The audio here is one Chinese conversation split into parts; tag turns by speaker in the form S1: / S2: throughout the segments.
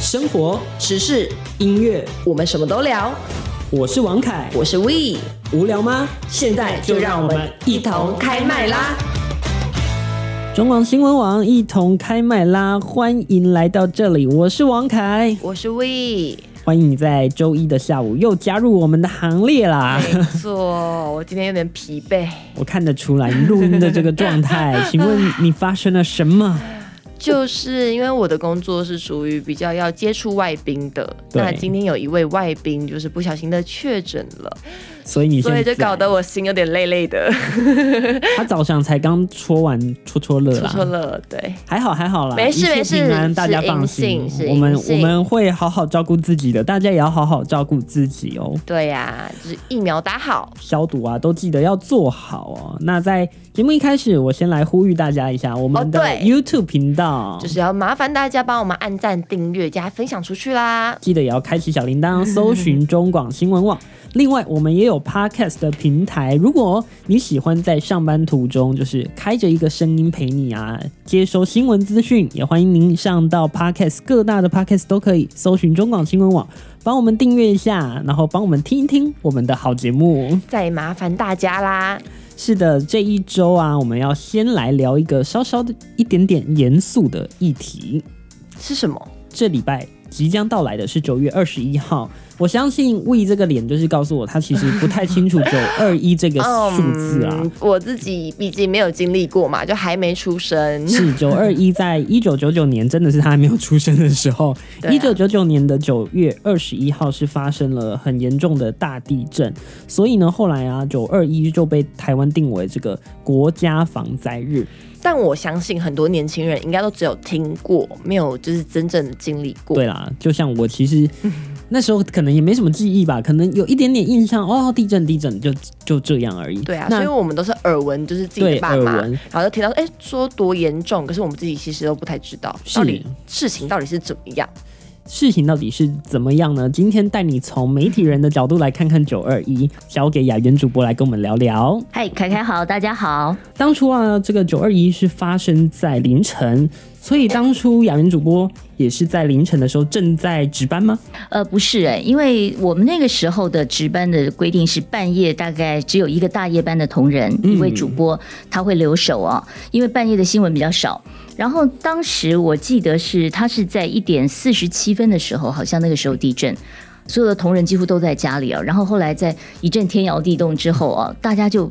S1: 生活、
S2: 时事，
S1: 音乐，
S2: 我们什么都聊。
S1: 我是王凯。
S2: 我是 We，
S1: 无聊吗？
S2: 现在就让我们一同开麦啦！
S1: 中广新闻网一同开麦啦！欢迎来到这里，我是王凯，
S2: 我是 We，
S1: 欢迎你在周一的下午又加入我们的行列啦！
S2: 没错， 我今天有点疲惫，
S1: 我看得出来你录音的这个状 态，请问你发生了什么？
S2: 就是因为我的工作是属于比较要接触外宾的，
S1: 对
S2: 那今天有一位外宾就是不小心的确诊了，
S1: 所以你现
S2: 所
S1: 在
S2: 以就搞得我心有点累累的，
S1: 他早上才刚戳完戳戳乐
S2: 说
S1: 啦，
S2: 错了，对，
S1: 还好还好啦，
S2: 没事
S1: 一切
S2: 没事
S1: 平安，大家
S2: 是
S1: 放
S2: 阴
S1: 心
S2: 性是。
S1: 我们
S2: 阴
S1: 我
S2: 性
S1: 们会好好照顾自己的，大家也要好好照顾自己哦。
S2: 对呀、就是疫苗打好，
S1: 消毒啊，都记得要做好哦。那在节目一开始，我先来呼吁大家一下，我们的
S2: 哦对
S1: YouTube 频道，
S2: 就是要麻烦大家帮我们按赞、订阅、加分享出去啦。
S1: 记得也要开启小铃铛，搜寻中广新闻网。另外，我们也有 Podcast 的平台，如果你喜欢在上班途中，就是开着一个声音陪你啊，接收新闻资讯，也欢迎您上到 Podcast 各大的 Podcast 都可以搜寻中广新闻网，帮我们订阅一下，然后帮我们听一听我们的好节目。
S2: 再麻烦大家啦，
S1: 是的，这一周啊，我们要先来聊一个稍稍的一点点严肃的议题。
S2: 是什么？
S1: 这礼拜即将到来的是九月二十一号，我相信 We 这个脸就是告诉我，他其实不太清楚 九二一这个数字啊。
S2: 嗯，我自己毕竟没有经历过嘛，就还没出生。
S1: 是九二一，在一九九九年真的是他还没有出生的时候，
S2: 对
S1: 一
S2: 啊
S1: 九九九年的九月二十一号是发生了很严重的大地震，所以呢，后来啊，九二一就被台湾定为这个国家防灾日。
S2: 但我相信很多年轻人应该都只有听过，没有就是真正的经历过。
S1: 对啦，就像我其 实那时候可能也没什么记忆吧，可能有一点点印象哦，地震地震就就这样而已。
S2: 对啊，所以
S1: 那
S2: 我们都是耳闻，就是自己
S1: 对
S2: 的爸妈
S1: 耳闻，
S2: 然后就听到哎、说多严重，可是我们自己其实都不太知道
S1: 是
S2: 到底事情到底是怎么样。
S1: 事情到底是怎么样呢？今天带你从媒体人的角度来看看九二一，交给雅媛主播来跟我们聊聊。
S3: 嗨，凯凯好，大家好。
S1: 当初啊，这个九二一是发生在凌晨，所以当初雅媛主播也是在凌晨的时候正在值班吗？
S3: 呃，不是哎、因为我们那个时候的值班的规定是半夜大概只有一个大夜班的同仁，一位主播他会留守啊，因为半夜的新闻比较少。然后当时我记得是他是在一点四十七分的时候，好像那个时候地震。所有的同仁几乎都在家里啊，然后后来在一阵天摇地动之后啊，大家就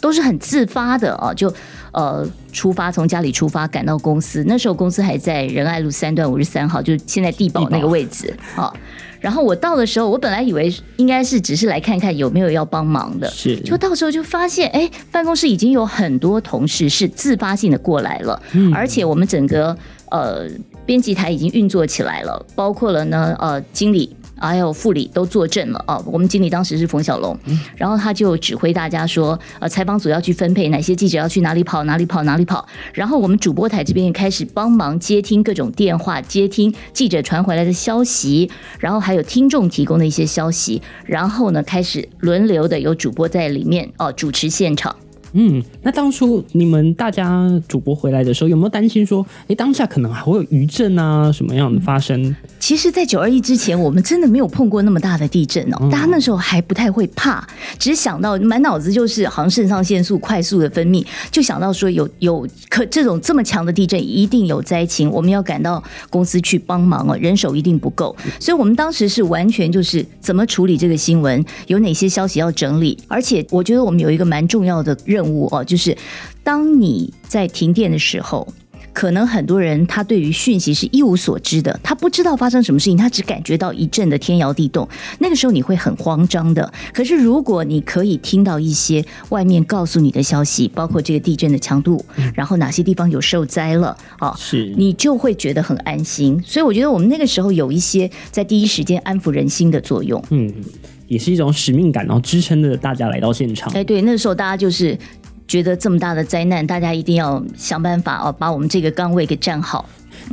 S3: 都是很自发的啊，就呃出发从家里出发赶到公司。那时候公司还在仁爱路三段五十三号，就是现在地
S1: 地
S3: 堡
S1: 堡
S3: 那个位置啊。然后我到的时候，我本来以为应该是只是来看看有没有要帮忙
S2: 呃
S3: 的，
S1: 是，
S3: 就到时候就发现，哎，办公室已经有很多同事是自发性的过来了，而且我们整个呃编辑台已经运作起来了，包括了呢呃经理。还有副理都坐镇了啊！我们经理当时是冯小龙，然后他就指挥大家说，呃，采访组要去分配哪些记者要去哪里跑，哪里跑，哪里跑。然后我们主播台这边也开始帮忙接听各种电话，接听记者传回来的消息，然后还有听众提供的一些消息。然后呢，开始轮流的有主播在里面哦、主持现场。
S1: 嗯，那当初你们大家主播回来的时候，有没有担心说，诶，当下可能还会有余震啊什么
S2: 嗯
S1: 样的发生？
S3: 其实，在九二一之前，我们真的没有碰过那么大的地震哦。大家那时候还不太会怕，只想到满脑子就是好像肾上腺素快速的分泌，就想到说有有可这种这么强的地震一定有灾情，我们要赶到公司去帮忙哦，人手一定不够。所以我们当时是完全就是怎么处理这个新闻，有哪些消息要整理，而且我觉得我们有一个蛮重要的任务哦，就是当你在停电的时候，可能很多人他对于讯息是一无所知的，他不知道发生什么事情，他只感觉到一阵的天摇地动。那个时候你会很慌张的。可是如果你可以听到一些外面告诉你的消息，包括这个地震的强度，然后哪些地方有受灾了，啊，
S1: 是
S3: 你就会觉得很安心。所以我觉得我们那个时候有一些在第一时间安抚人心的作用。
S1: 嗯，也是一种使命感，然后支撑着大家来到现场。
S3: 哎，对，那时候大家就是觉得这么大的灾难，大家一定要想办法哦，把我们这个岗位给站好。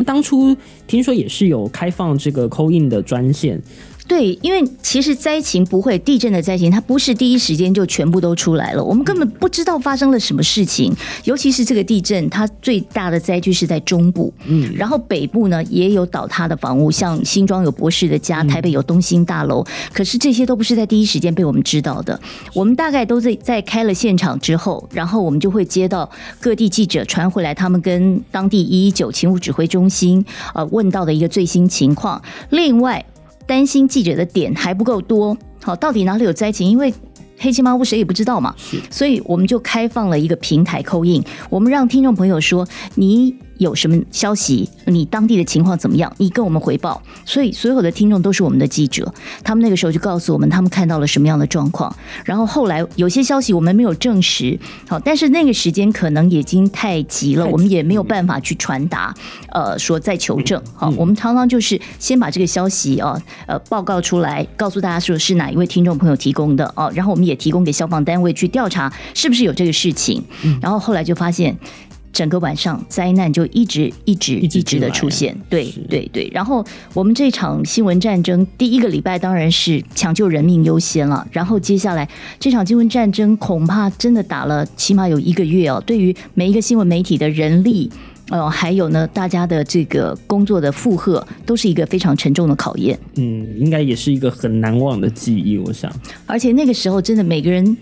S1: 当初听说也是有开放这个扣印的专线，
S3: 对，因为其实灾情不会，地震的灾情它不是第一时间就全部都出来了，我们根本不知道发生了什么事情。尤其是这个地震，它最大的灾区是在中部，嗯，然后北部呢也有倒塌的房屋，像新庄有博士的家，台北有东兴大楼，可是这些都不是在第一时间被我们知道的。我们大概都在在开了现场之后，然后我们就会接到各地记者传回来他们跟当地一一九勤务指挥中心呃问到的一个最新情况。另外，担心记者的点还不够多。好，到底哪里有灾情？因为黑漆麻屋谁也不知道嘛，所以我们就开放了一个平台扣印，我们让听众朋友说你有什么消息，你当地的情况怎么样，你跟我们回报。所以所有的听众都是我们的记者，他们那个时候就告诉我们他们看到了什么样的状况。然后后来有些消息我们没有证实，好，但是那个时间可能已经太急了，
S1: 太急
S3: 我们也没有办法去传达，呃，说再求证。好，我们常常就是先把这个消息啊，呃，报告出来，告诉大家说是哪一位听众朋友提供的哦、然后我们也提供给消防单位去调查是不是有这个事情。然后后来就发现。整个晚上灾难就一直一直
S1: 一直
S3: 一直
S1: 进
S3: 的
S1: 来啊
S3: 出现，对
S1: 是
S3: 对对。然后我们这场新闻战争第一个礼拜当然是抢救人命优先了，然后接下来这场新闻战争恐怕真的打了起码有一个月哦，对于每一个新闻媒体的人力。呃，还有呢，大家的这个工作的负荷都是一个非常沉重的考验，
S1: 嗯，应该也是一个很难忘的记忆，我想。
S3: 而且那个时候真的每个人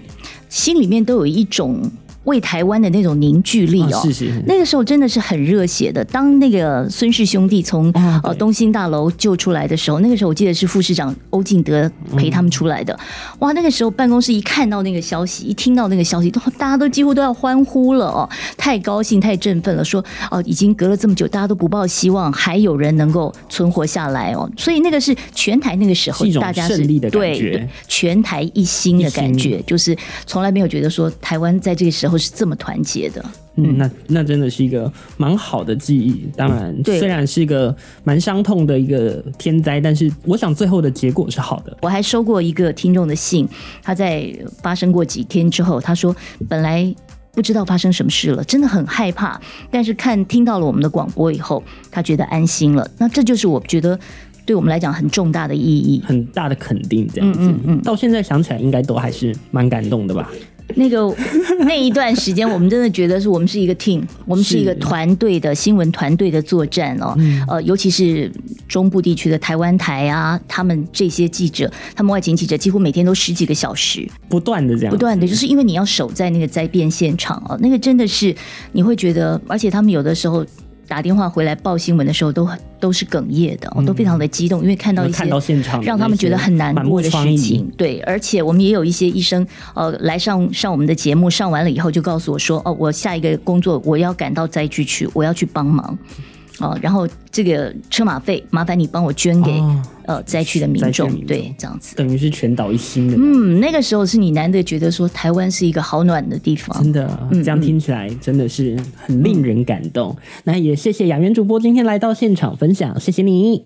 S3: 心里面都有一种为台湾的那种凝聚力哦，
S1: 啊是是是
S3: 那个时候真的是很热血的。当那个孙氏兄弟从、
S1: 哦对
S3: 呃东兴大楼救出来的时候，那个时候我记得是副市长欧进德陪他们出来的。
S1: 嗯
S3: 哇，那个时候办公室一看到那个消息，一听到那个消息，都大家都几乎都要欢呼了哦，太高兴、太振奋了。说哦、已经隔了这么久，大家都不抱希望，还有人能够存活下来哦。所以那个是全台那个时
S1: 嗯
S3: 候
S1: 是一种
S3: 大家是
S1: 胜利的感
S3: 对
S1: 觉
S3: 对全台一心的感觉，就是从来没有觉得说台湾在这个时候是这么团结的。
S1: 嗯，那那真的是一个蛮好的记忆。当然，
S3: 对
S1: 虽然是一个蛮伤痛的一个天灾，但是我想最后的结果是好的。
S3: 我还收过一个听众的信，他在发生过几天之后，他说本来不知道发生什么事了，真的很害怕，但是看听到了我们的广播以后，他觉得安心了。那这就是我觉得对我们来讲很重大的意义。
S1: 很大的肯定，这样子，
S3: 嗯
S1: 到现在想起来应该都还是蛮感动的吧？
S3: 那个 那一段时间，我们真的觉得是我们是一个 team，我们是一个团队的新闻团队的作战哦。呃，尤其是中部地区的台湾台啊，他们这些记者，他们外勤记者几乎每天都十几个小时，
S1: 不断的这样子，
S3: 不断的，就是因为你要守在那个灾变现场哦，那个真的是你会觉得，而且他们有的时候打电话回来报新闻的时候都，都是哽咽的、哦，都非常的激动，因为看到
S1: 有
S3: 一些
S1: 嗯看到现场的那些
S3: 让他们觉得很难
S1: 满目
S3: 过的
S1: 疮痍
S3: 事情。对，而且我们也有一些医生，呃，来上上我们的节目，上完了以后就告诉我说，哦，我下一个工作我要赶到灾区去，我要去帮忙。哦，然后这个车马费，麻烦你帮我捐给、
S1: 哦
S3: 呃灾区的民
S1: 灾区
S3: 众
S1: 民，众
S3: 对，这样子。
S1: 等于是全岛一心的，
S3: 嗯，那个时候是你难得觉得说台湾是一个好暖的地方
S1: 真。的，这样听起来真的是很令人感动。那也谢谢雅媛主播今天来到现场分享，谢谢你。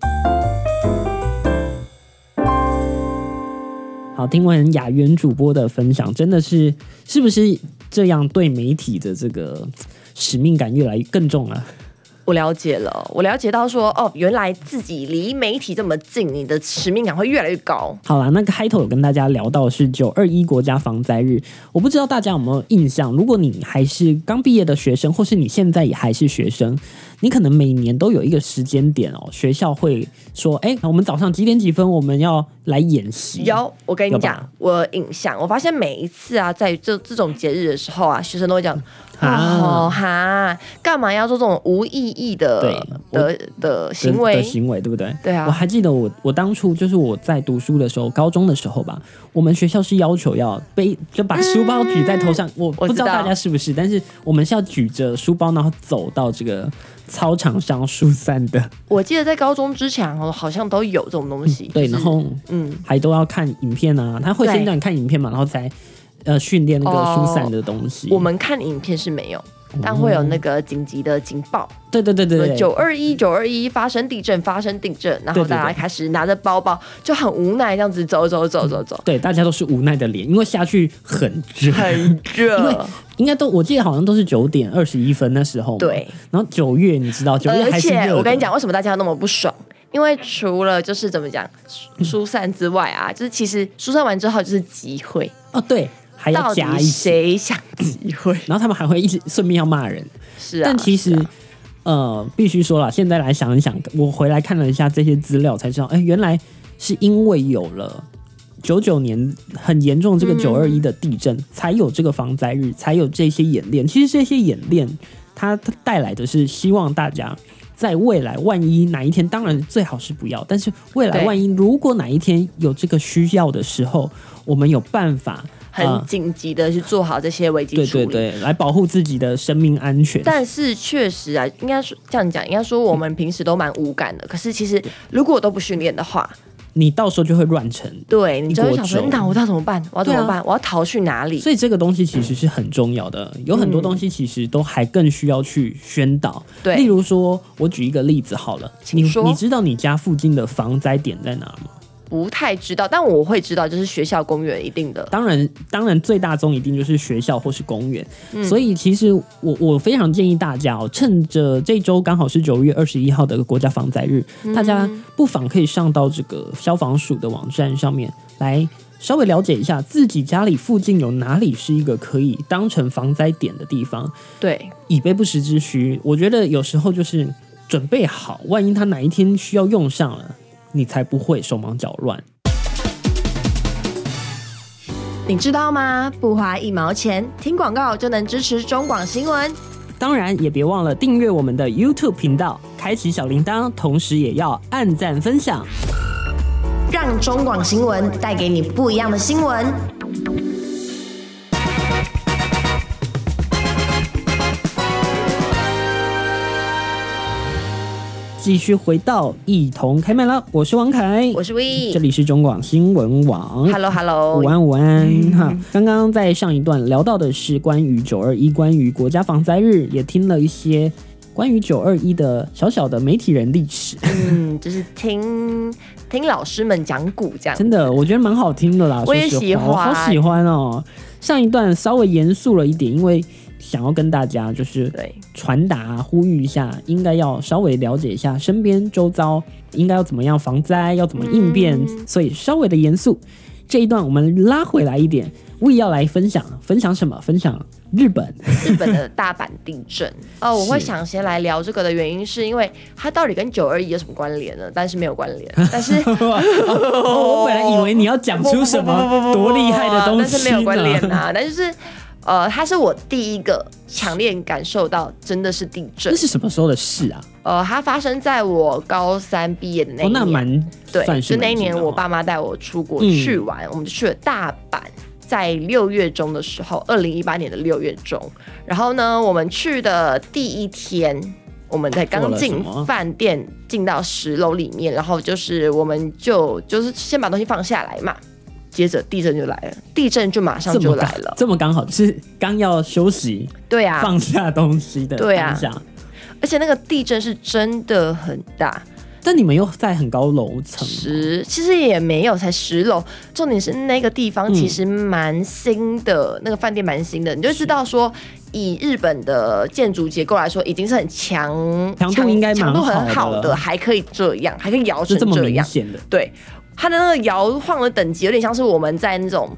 S1: 好，听完雅媛主播的分享，真的是是不是这样对媒体的这个使命感越来越更重啊了？
S2: 我了解了，我了解到说，哦，原来自己离媒体这么近，你的使命感会越来越高。
S1: 好啦，那个开头有跟大家聊到是九二一国家防灾日，我不知道大家有没有印象？如果你还是刚毕业的学生，或是你现在也还是学生，你可能每年都有一个时间点哦，学校会说，哎、我们早上几点几分我们要来演习。啊
S2: 有，我跟你
S1: 有吧
S2: 讲，我有印象，我发现每一次啊，在这这种节日的时候啊，学生都会讲。
S1: 啊
S2: 哦哈，干嘛要做这种无意义的
S1: 对
S2: 的的
S1: 的
S2: 行为
S1: 的？行为，对不对？
S2: 对啊
S1: 我还记得我我当初就是我在读书的时候，高中的时候吧，我们学校是要求要背，就把书包举在头上。我不
S2: 嗯我
S1: 知
S2: 知
S1: 道
S2: 道
S1: 大家是不是，但是我们是要举着书包，然后走到这个操场上疏散的。
S2: 我记得在高中之前，哦，好像都有这种东西。
S1: 对，
S2: 就是
S1: 然后
S2: 嗯，
S1: 还都要看影片啊，他会先
S2: 对
S1: 让你看影片嘛，然后才呃训练那个疏散的东西。
S2: 哦我们看影片是没有，但会有那个紧急的警报，
S1: 对对哦对对对，
S2: 九二一九二一发生地震，发生地震，然
S1: 对对
S2: 后
S1: 对
S2: 大家开始拿着包包，就很无奈这样子走走 走走走，
S1: 对大家都是无奈的脸，因为下去很热，
S2: 很热，
S1: 应该都我记得好像都是九点二十一分那时候嘛。
S2: 对，
S1: 然后九月你知道九月
S2: 而
S1: 还是热
S2: 且
S1: 的
S2: 我跟你讲，为什么大家那么不爽？因为除了就是怎么讲
S1: 嗯
S2: 疏疏散之外啊，就是其实疏散完之后就是集会，
S1: 哦，对，还要
S2: 到
S1: 加
S2: 底
S1: 一些，
S2: 谁想集会？
S1: 然后他们还会一直顺便要骂人。
S2: 是啊，
S1: 但其实
S2: 是啊，
S1: 呃，必须说了，现在来想一想，我回来看了一下这些资料，才知道，哎、原来是因为有了。九九年很严重，这个九二一的地震、才有这个防灾日，才有这些演练。其实这些演练，它它带来的是希望大家在未来，万一哪一天，当然最好是不要，但是未来
S2: 对
S1: 万一如果哪一天有这个需要的时候，我们有办法
S2: 很
S1: 呃
S2: 紧急的去做好这些危机
S1: 对
S2: 处
S1: 对
S2: 理。
S1: 对，来保护自己的生命安全。
S2: 但是确实啊，应该说这样讲，应该说我们平时都蛮无感的。可是其实如果都不训练的话，
S1: 你到时候就会乱成，
S2: 对你就会想
S1: 一锅
S2: 说，
S1: 粥
S2: 那我要怎么办？我要怎
S1: 对啊
S2: 么办？我要逃去哪里？
S1: 所以这个东西其实是很重要的，有很多东西其实都还更需要去宣导。
S2: 对
S1: 例如说，我举一个例子好了，你
S2: 请说
S1: 你知道你家附近的防灾点在哪吗？
S2: 不太知道，但我会知道，就是学校、公园一定的。
S1: 当然，当然最大宗一定就是学校或是公园。
S2: 嗯
S1: 所以其实我我非常建议大家哦，趁着这周刚好是九月二十一号的国家防灾日，
S2: 嗯
S1: 大家不妨可以上到这个消防署的网站上面来。稍微了解一下自己家里附近有哪里是一个可以当成防灾点的地方，
S2: 对，
S1: 以备不时之需。我觉得有时候就是准备好，万一他哪一天需要用上了，你才不会手忙脚乱。
S2: 你知道吗？不花一毛钱，听广告就能支持中广新闻。
S1: 当然，也别忘了订阅我们的 YouTube 频道，开启小铃铛，同时也要按赞分享。
S2: 让中广新闻带给你不一样的新闻。
S1: 继续回到一同开麦啦，我是王凯，
S2: 我是 We，
S1: 这里是中广新闻网。
S2: Hello 嗯 Hello，
S1: 午安，午安哈！刚刚在上一段聊到的是关于九二一，关于国家防灾日，也听了一些关于九二一的小小的媒体人历史，
S2: 嗯，就是听听老师们讲古这 样。
S1: 真的我觉得蛮好听的啦。
S2: 我也
S1: 说实
S2: 喜
S1: 话我
S2: 欢
S1: 好喜欢哦。上一段稍微严肃了一点，因为想要跟大家就是
S2: 对，
S1: 传达呼吁一下，应该要稍微了解一下身边周遭应该要怎么样防灾，要怎么应变，
S2: 嗯
S1: 所以稍微的严肃。这一段我们拉回来一点，我也要来分享，分享什么？分享日本。
S2: 日本的大阪地震。哦，我会
S1: 是
S2: 想先来聊这个的原因，是因为它到底跟九二一有什么关联呢？但是没有关 联，但是呃
S1: 哦我本来以为你要讲出什么多厉害的东
S2: 但是
S1: 西
S2: 没有关联
S1: 呢。
S2: 啊。但就是，呃，它是我第一个强烈感受到真的是地震
S1: 这。是什么时候的事啊？
S2: 呃，它发生在我高三毕业的那一
S1: 哦，
S2: 年，
S1: 那蛮
S2: 对，
S1: 算是
S2: 就那一年
S1: 蛮近的嗯哦
S2: 我爸妈带我出国去玩，我们就去了大阪。在六月中的时候，二零一八年的六月中，然后呢，我们去的第一天，我们在
S1: 做
S2: 刚
S1: 了什
S2: 进
S1: 么
S2: 饭店，进到十楼里面，然后就是我们就就是先把东西放下来嘛，接着地震就来了，地震就马上
S1: 这
S2: 就
S1: 么
S2: 来
S1: 刚
S2: 了，
S1: 这么刚好是刚要休息、
S2: 对啊，
S1: 放下东西的
S2: 对啊
S1: 当下。
S2: 而且那个地震是真的很大，
S1: 但你们又在很高楼层，
S2: 十，其实也没有，才十楼。重点是那个地方
S1: 嗯
S2: 其实蛮新的，那个饭店蛮新的，你就知道说，以日本的建筑结构来说，已经是很强，
S1: 强度应该蛮
S2: 强
S1: 好的
S2: 度很好的，还可以这样，还可以摇
S1: 是
S2: 成
S1: 这么
S2: 这
S1: 明
S2: 样。
S1: 显的
S2: 对，它的那个摇晃的等级有点像是我们在那种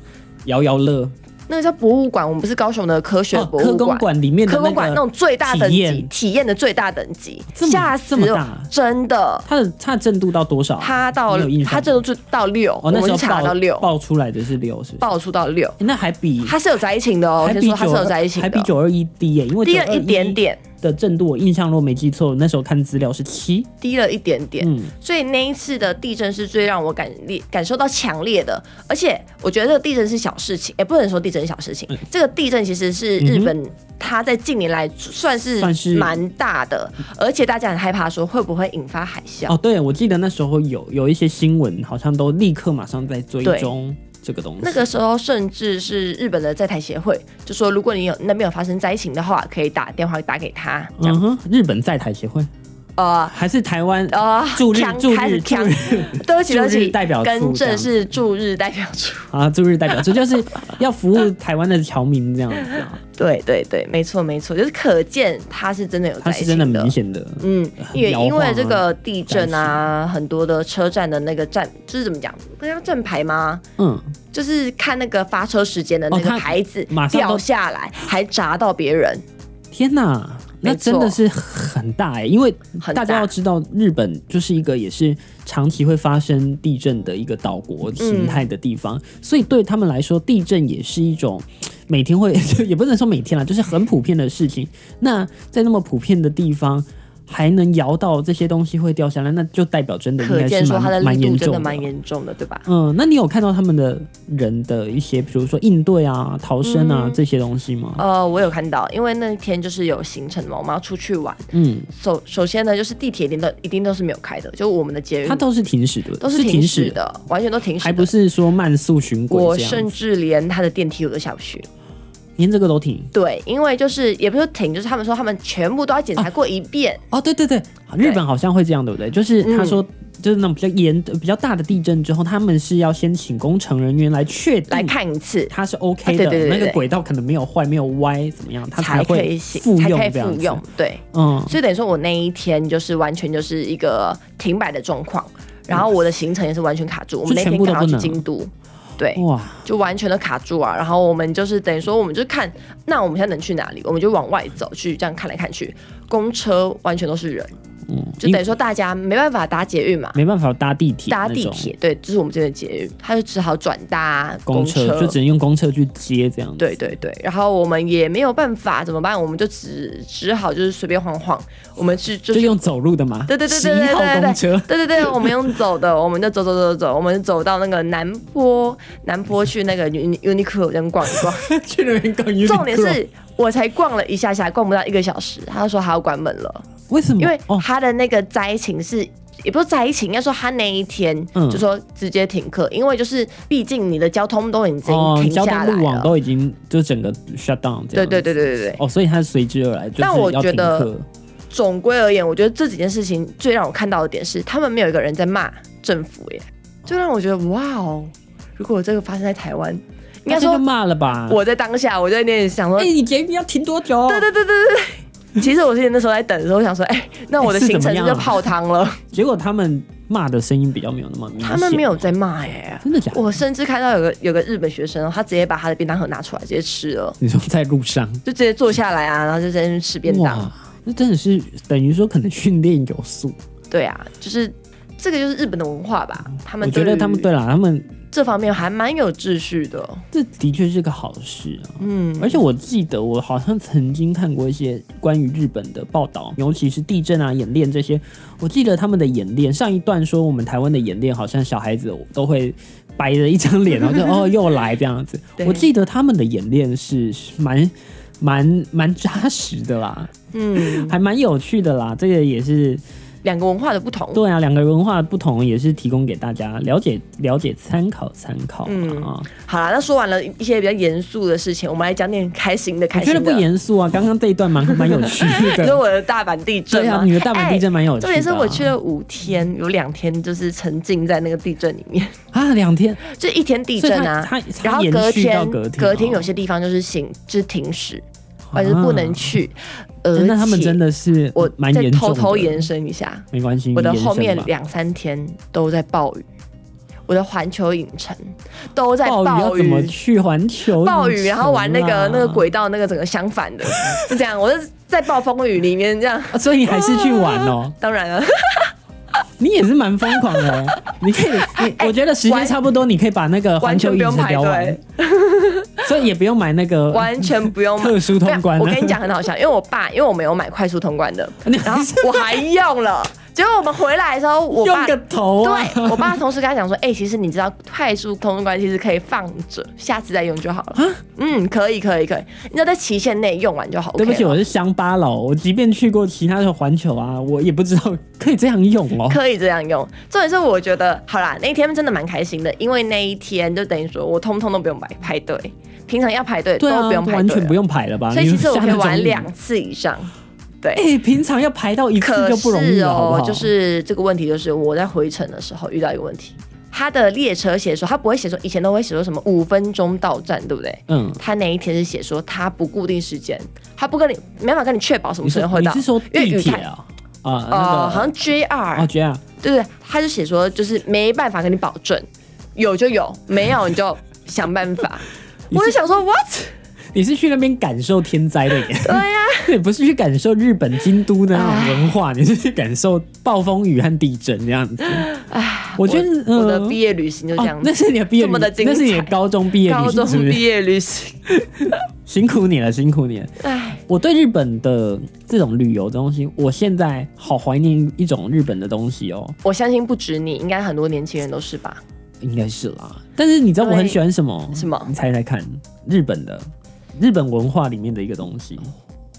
S1: 摇摇乐。
S2: 那个叫博物馆，我们不是高雄的科学
S1: 哦，
S2: 博
S1: 科
S2: 物
S1: 工
S2: 馆。
S1: 馆里面的
S2: 科
S1: 那
S2: 工馆那
S1: 个
S2: 种最大等
S1: 体
S2: 级
S1: 验，
S2: 体验的最大等级，
S1: 这么
S2: 吓死
S1: 这么
S2: 我
S1: 大！
S2: 真的，
S1: 它的它的震度到多少啊？
S2: 他到
S1: 你有印象吗
S2: 他这就到六，
S1: 哦，
S2: 我
S1: 那
S2: 们
S1: 时
S2: 就
S1: 候
S2: 查
S1: 报
S2: 到六，
S1: 报出来的是六，是不是？
S2: 爆出到六，
S1: 那还比
S2: 他是有在一起的哦，我
S1: 还
S2: 先
S1: 比
S2: 说他
S1: 九
S2: 是有在一起
S1: 还
S2: 的，
S1: 比九二一低耶，因为
S2: 低了
S1: 921
S2: 一点点，
S1: 的震度，我印象如果没记错，那时候看资料是七。
S2: 低了一点点，
S1: 嗯，
S2: 所以那一次的地震是最让我感烈感受到强烈的，而且我觉得这个地震是小事情，也、不能说地震是小事情，
S1: 嗯
S2: 这个地震其实是日本它在近年来算是
S1: 算是嗯
S2: 蛮大的，而且大家很害怕说会不会引发海啸，
S1: 哦，对，我记得那时候有有一些新闻，好像都立刻马上在追
S2: 对
S1: 踪这个东西。
S2: 那个时候，甚至是日本的在台协会就说，
S1: 嗯
S2: 如果你有那边有发生灾情的话，可以打电话打给他。这样、
S1: 嗯哼，日本在台协会
S2: 呃
S1: 还是台湾
S2: 呃，
S1: 驻日
S2: 强
S1: 驻
S2: 开
S1: 日
S2: 始
S1: 驻
S2: 强
S1: 日
S2: 对不起，对不
S1: 驻日
S2: 起，
S1: 代表处
S2: 更
S1: 这样
S2: 正是驻日代表处。
S1: 啊，驻日代表，这就是要服务台湾的侨民这样子啊，
S2: 对对对，没错没错，就是可见他是真的有在
S1: 它
S2: 一起
S1: 是真的明显的。
S2: 嗯，也
S1: 摇晃啊
S2: 因为这个地震啊，很多的车站的那个站，就是怎么讲，那叫站牌吗？
S1: 嗯，
S2: 就是看那个发车时间的那
S1: 哦
S2: 个
S1: 它
S2: 牌子
S1: 马上都
S2: 掉下来，还砸到别人。
S1: 天哪，那
S2: 没错
S1: 真的是很大哎、因为
S2: 很
S1: 大
S2: 大
S1: 家要知道，日本就是一个也是长期会发生地震的一个岛国形态的地方，所以对他们来说，地震也是一种每天会， 也不能说每天啦，就是很普遍的事情。那在那么普遍的地方。还能摇到这些东西会掉下来，那就代表真的应
S2: 可
S1: 该
S2: 见
S1: 是
S2: 说它的
S1: 蛮蛮
S2: 力度
S1: 严
S2: 真
S1: 重
S2: 的
S1: 的
S2: 蛮严重的，对吧？
S1: 嗯，那你有看到他们的人的一些，比如说应对啊、逃生啊、
S2: 嗯
S1: 这些东西吗？
S2: 呃，我有看到，因为那天就是有行程嘛，我们要出去玩。
S1: 嗯，
S2: 首首先呢，就是地铁一定都一定都是没有开的，就我们的捷运
S1: 它都是停驶的，
S2: 都
S1: 是
S2: 停
S1: 驶
S2: 驶，的，完全都停驶
S1: 还
S2: 的。
S1: 不是说慢速巡
S2: 我
S1: 轨这
S2: 甚
S1: 样，
S2: 至连它的电梯我都下不去。
S1: 连这个都停。
S2: 对，因为就是也不是停，就是他们说他们全部都要检查过一遍。
S1: 哦，对对对，嗯日本好像会这样，对不对？就是他说，就是那种比较严、比较大的地震之后，他们是要先请工程人员来确定
S2: 来看一次，
S1: 它是 OK
S2: 啊
S1: 的，
S2: 对对对对
S1: 那个
S2: 对
S1: 轨道可能没有坏、没有歪，怎么样，它
S2: 才可
S1: 会
S2: 以行，
S1: 复
S2: 才
S1: 用
S2: 可以
S1: 这样
S2: 复
S1: 子。
S2: 用。对，
S1: 嗯，
S2: 所以等于说我那一天就是完全就是一个停摆的状况，然后我的行程也是完全卡住。我们那
S1: 全
S2: 天
S1: 部都
S2: 刚
S1: 不
S2: 好去
S1: 能哦
S2: 京都，对，
S1: 哇，
S2: 就完全的卡住啊。然后我们就是等于说，我们就看那我们现在能去哪里，我们就往外走去，这样看来看去，公车完全都是人，
S1: 嗯，
S2: 就
S1: 因
S2: 等于说大家没办法搭捷运嘛。
S1: 没办法搭地铁，
S2: 搭地铁，对，就是我们这边的捷运，他就只好转搭
S1: 公
S2: 车，
S1: 车就只能用公车去接这样子。
S2: 对对对，然后我们也没有办法，怎么办？我们就只只好就是随便晃晃，我们是就。
S1: 就是用走路的嘛。
S2: 对对对
S1: 十
S2: 对
S1: 一
S2: 对
S1: 号
S2: 对
S1: 公
S2: 对
S1: 车，
S2: 对对对，我们用走的，我们就走走走走，我们走到那个南坡，南坡去那个 Uni- Uniqlo 这样逛一逛。
S1: 去那边逛 Uniqlo。
S2: 重点是我才逛了一下下，逛不到一个小时，他就说他要关门了，
S1: 为什么？
S2: 因为
S1: 哦，
S2: 他的那个灾情是。也不是灾情，应该说他那一天
S1: 嗯
S2: 就说直接停课，因为就是毕竟你的交通都已经
S1: 哦，
S2: 停
S1: 交
S2: 下来
S1: 通
S2: 了。
S1: 路网都已经就整个 shut down 这
S2: 对
S1: 样。
S2: 对对对对对。
S1: 哦，所以它随之而来就是
S2: 但我
S1: 要停
S2: 觉得
S1: 课。
S2: 总归而言，我觉得这几件事情最让我看到的点是，他们没有一个人在骂政府耶，就让我觉得哇哦，如果这个发生在台湾，应该
S1: 大家就
S2: 说
S1: 骂了吧。
S2: 我在当下我就在那里想说，
S1: 哎，你节目要停多久？
S2: 对对对对对对。其实我之前那时候在等的时候，我想说，哎、那我的
S1: 哎是
S2: 行
S1: 怎么
S2: 程
S1: 样啊
S2: 就泡汤了。
S1: 结果他们骂的声音比较没有那么明显。
S2: 他们没有，在骂耶，
S1: 真的假的？
S2: 我甚至看到有个有个日本学生，他直接把他的便当盒拿出来直接吃了，
S1: 你说在路上。
S2: 就直接坐下来啊，然后就在那边吃便当
S1: 哇。，那真的是等于说可能训练有素。
S2: 对啊，就是这个就是日本的文化吧，他们
S1: 我觉得他们
S2: 于
S1: 对啦，他们
S2: 这方面还蛮有秩序的。
S1: 这的确是个好事啊。
S2: 嗯，
S1: 而且我记得我好像曾经看过一些关于日本的报道，尤其是地震啊、演练这些。我记得他们的演练，上一段说我们台湾的演练好像小孩子都会摆着一张脸，然 后就哦又来这样子。
S2: 对
S1: 我记得他们的演练是蛮。蛮蛮扎实的啦，
S2: 嗯，
S1: 还蛮有趣的啦。这个也是
S2: 两个文化的不同，
S1: 对啊，两个文化不同，也是提供给大家了解了解参考参考
S2: 嗯
S1: 啊。
S2: 好啦，那说完了一些比较严肃的事情，我们来讲点开心的。
S1: 我
S2: 开
S1: 觉
S2: 心
S1: 得
S2: 的，
S1: 不严肃啊，刚刚这一段蛮蛮有趣
S2: 你说
S1: 的。
S2: 我的大阪地震
S1: 对
S2: 吗
S1: 啊，你的大阪地震蛮有趣的、
S2: 哎重
S1: 啊
S2: 点是我去了五天，有两天就是沉浸在那个地震里面，
S1: 啊，两天，
S2: 就一天地
S1: 所以
S2: 震啊，
S1: 它它它
S2: 然后
S1: 延
S2: 隔
S1: 续到
S2: 天
S1: 隔天哦啊
S2: 有些地方就是行就是停驶，或者是不能去，而且
S1: 哎那他们啊真的是
S2: 我
S1: 蛮
S2: 再
S1: 严重
S2: 偷
S1: 的
S2: 偷延伸一下，
S1: 没关系，
S2: 我的
S1: 你延伸
S2: 后面
S1: 吧
S2: 两三天都在暴雨，我的环球影城都在
S1: 暴雨
S2: 暴
S1: 要怎么
S2: 雨，
S1: 去环球？
S2: 暴 雨，然后玩那个那个
S1: 鬼，
S2: 轨道那个整个相反的， 是这样，我是在暴风雨里面这样。
S1: 啊所以你还是去玩 哦，
S2: 当然啊 了，
S1: 你也是蛮疯狂的哦。你可以，你我觉得时间
S2: 完
S1: 差不多，你可以把那个环
S2: 完全
S1: 球
S2: 不
S1: 影
S2: 用
S1: 城
S2: 排
S1: 聊完
S2: 队，，
S1: 所以也不用买那个
S2: 完全不用
S1: 特殊通关
S2: 没有
S1: 了
S2: 我跟你讲很好笑，因为我爸因为我没有买快速通关的，
S1: 你
S2: 然后我还用了，结果我们回来的时候，我
S1: 用
S2: 爸
S1: 个头啊。
S2: 对我爸同时跟他讲说，哎、其实你知道快速通关其实可以放着，下次再用就好了。
S1: 啊
S2: 嗯，可以，可以，可以，你只要在期限内用完就好。
S1: 对不起，
S2: OK
S1: 我
S2: 了
S1: 是乡巴佬，我即便去过其他的环球啊，我也不知道可以这样用哦。
S2: 可以这样用。重点是我觉得，好啦，那一天真的蛮开心的，因为那一天就等于说我通通都不用排排队，平常要排队
S1: 对
S2: 都
S1: 啊，
S2: 不用排
S1: 完
S2: 队
S1: 全不
S2: 了。
S1: 用排了吧？
S2: 所以其实我可
S1: 你
S2: 以
S1: 们下那种
S2: 玩两次以上，对。
S1: 哎、平常要排到一次
S2: 可
S1: 就不容易
S2: 是
S1: 了，好不
S2: 哦
S1: 好？，
S2: 就是这个问题，就是我在回程的时候遇到一个问题，他的列车写说他不会写说，以前都会写说什么五分钟到站，对不对？
S1: 嗯，
S2: 他那一天是写说他不固定时间，他不跟你没办法跟你确保什么
S1: 你
S2: 时
S1: 是
S2: 间会
S1: 你
S2: 到，
S1: 是说
S2: 因为
S1: 地
S2: 语
S1: 铁
S2: 态
S1: 啊？啊，
S2: 哦，好
S1: 那
S2: 像 JR，、
S1: 个哦，这样
S2: 对对，他就写说就是没办法跟你保证，有就有，没有你就想办法。
S1: 你
S2: 我
S1: 是
S2: 就想说 what？
S1: 你是去那边感受天灾的耶，
S2: 对呀、
S1: 你不是去感受日本京都的那
S2: 唉
S1: 种文化，你是去感受暴风雨和地震这样 子。我觉得
S2: 我我的
S1: 嗯
S2: 毕业旅行就这样
S1: 哦，
S2: 子，
S1: 那是你的毕业
S2: 这么的
S1: 旅
S2: 精
S1: 那是你的
S2: 彩
S1: 高中毕业旅
S2: 高
S1: 行，
S2: 中
S1: 是不
S2: 毕
S1: 是？
S2: 业旅行，
S1: 辛苦你了，辛苦你了。
S2: 哎，
S1: 我对日本的这种旅游的东西，我现在好怀念一种日本的东西哦，
S2: 我相信不止你，应该很多年轻人都是吧？
S1: 应该是啦。但是你知道我很喜欢什么？
S2: 什么
S1: 你猜猜看，日本的日本文化里面的一个东西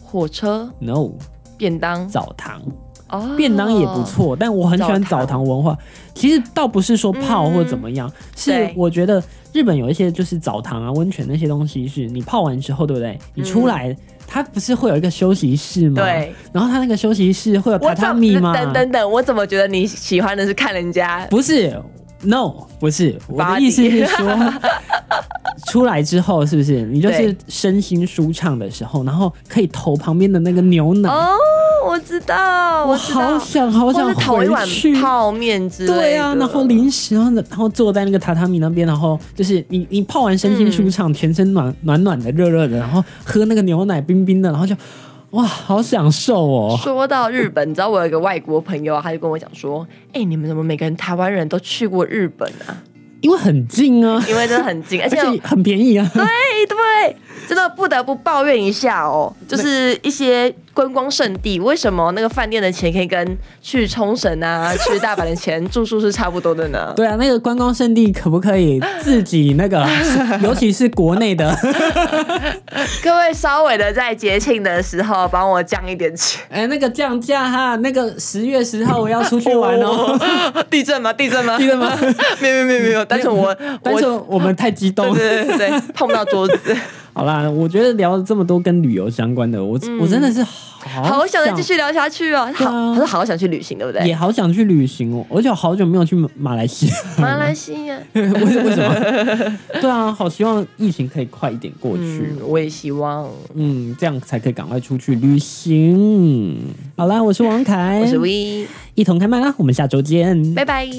S2: 火车、
S1: ，no，
S2: 便当，
S1: 澡堂。
S2: 哦，
S1: 便当也不。错，但我很喜欢澡堂文化。其实倒不是说泡或怎么样，是
S2: 嗯对
S1: 我觉得日本有一些就是澡堂啊、温泉那些东西，是你泡完之后，对不对？你出来，它不是会有一个休息室吗？
S2: 嗯对。
S1: 然后它那个休息室会有
S2: 我
S1: 榻榻
S2: 怎
S1: 米吗？
S2: 等等等，我怎么觉得你喜欢的是看人家？
S1: 不是，no，不是。我的
S2: Body
S1: 意思是说，出来之后是不是你就是身心舒畅的时候，然后可以投旁边的那个牛 奶。
S2: 哦，我知道，
S1: 我
S2: 知
S1: 好
S2: 道，
S1: 想好
S2: 或
S1: 想
S2: 是讨一碗
S1: 回去。
S2: 泡面之类的。
S1: 对啊，然后零食，然后然后坐在那个榻榻米那边，然后就是你你泡完身心
S2: 嗯
S1: 舒畅，全身暖暖暖的、热热的，然后喝那个牛奶冰冰的，然后就哇，好享受哦！
S2: 说到日本，你知道我有一个外国朋友啊，他就跟我讲说：“哎、你们怎么每个人台湾人都去过日本啊？
S1: 因为很近啊，
S2: 因为真的很近，而
S1: 而
S2: 且
S1: 且很便 宜啊。
S2: 对对，真的不得不抱怨一下哦，就是一些观光胜地，为什么那个饭店的钱可以跟去冲绳啊、 去大阪的钱住宿是差不多的呢？
S1: 对啊，那个观光胜地可不可以自己那 个，尤其是国内的，
S2: 各位稍微的在节庆的时候帮我降一点钱。
S1: 哎，那个降价哈，那个十月十号我要出去玩哦，
S2: 地震吗？地震 吗？
S1: 记得 吗？
S2: 没有没有没有没有，但是我
S1: 但
S2: 我
S1: 是我们太激动
S2: 对
S1: 了。
S2: 对对对，碰到桌子，
S1: 好啦，我觉得聊了这么多跟旅游相关的，我、我真的是好
S2: 嗯好想再继续聊下去哦。
S1: 对
S2: 好，
S1: 啊
S2: 他说好想去旅行，对不对
S1: 也？好想去旅行哦，而且我好久没有去马马来西亚，
S2: 马来西亚，
S1: 为为什么？ 对啊，好希望疫情可以快一点过去
S2: 嗯，，我也希望。
S1: 嗯这样才可以赶快出去旅行。好啦，我是王凯，
S2: 我是 V，
S1: 啊一同开麦啦，我们下周见，
S2: 拜拜。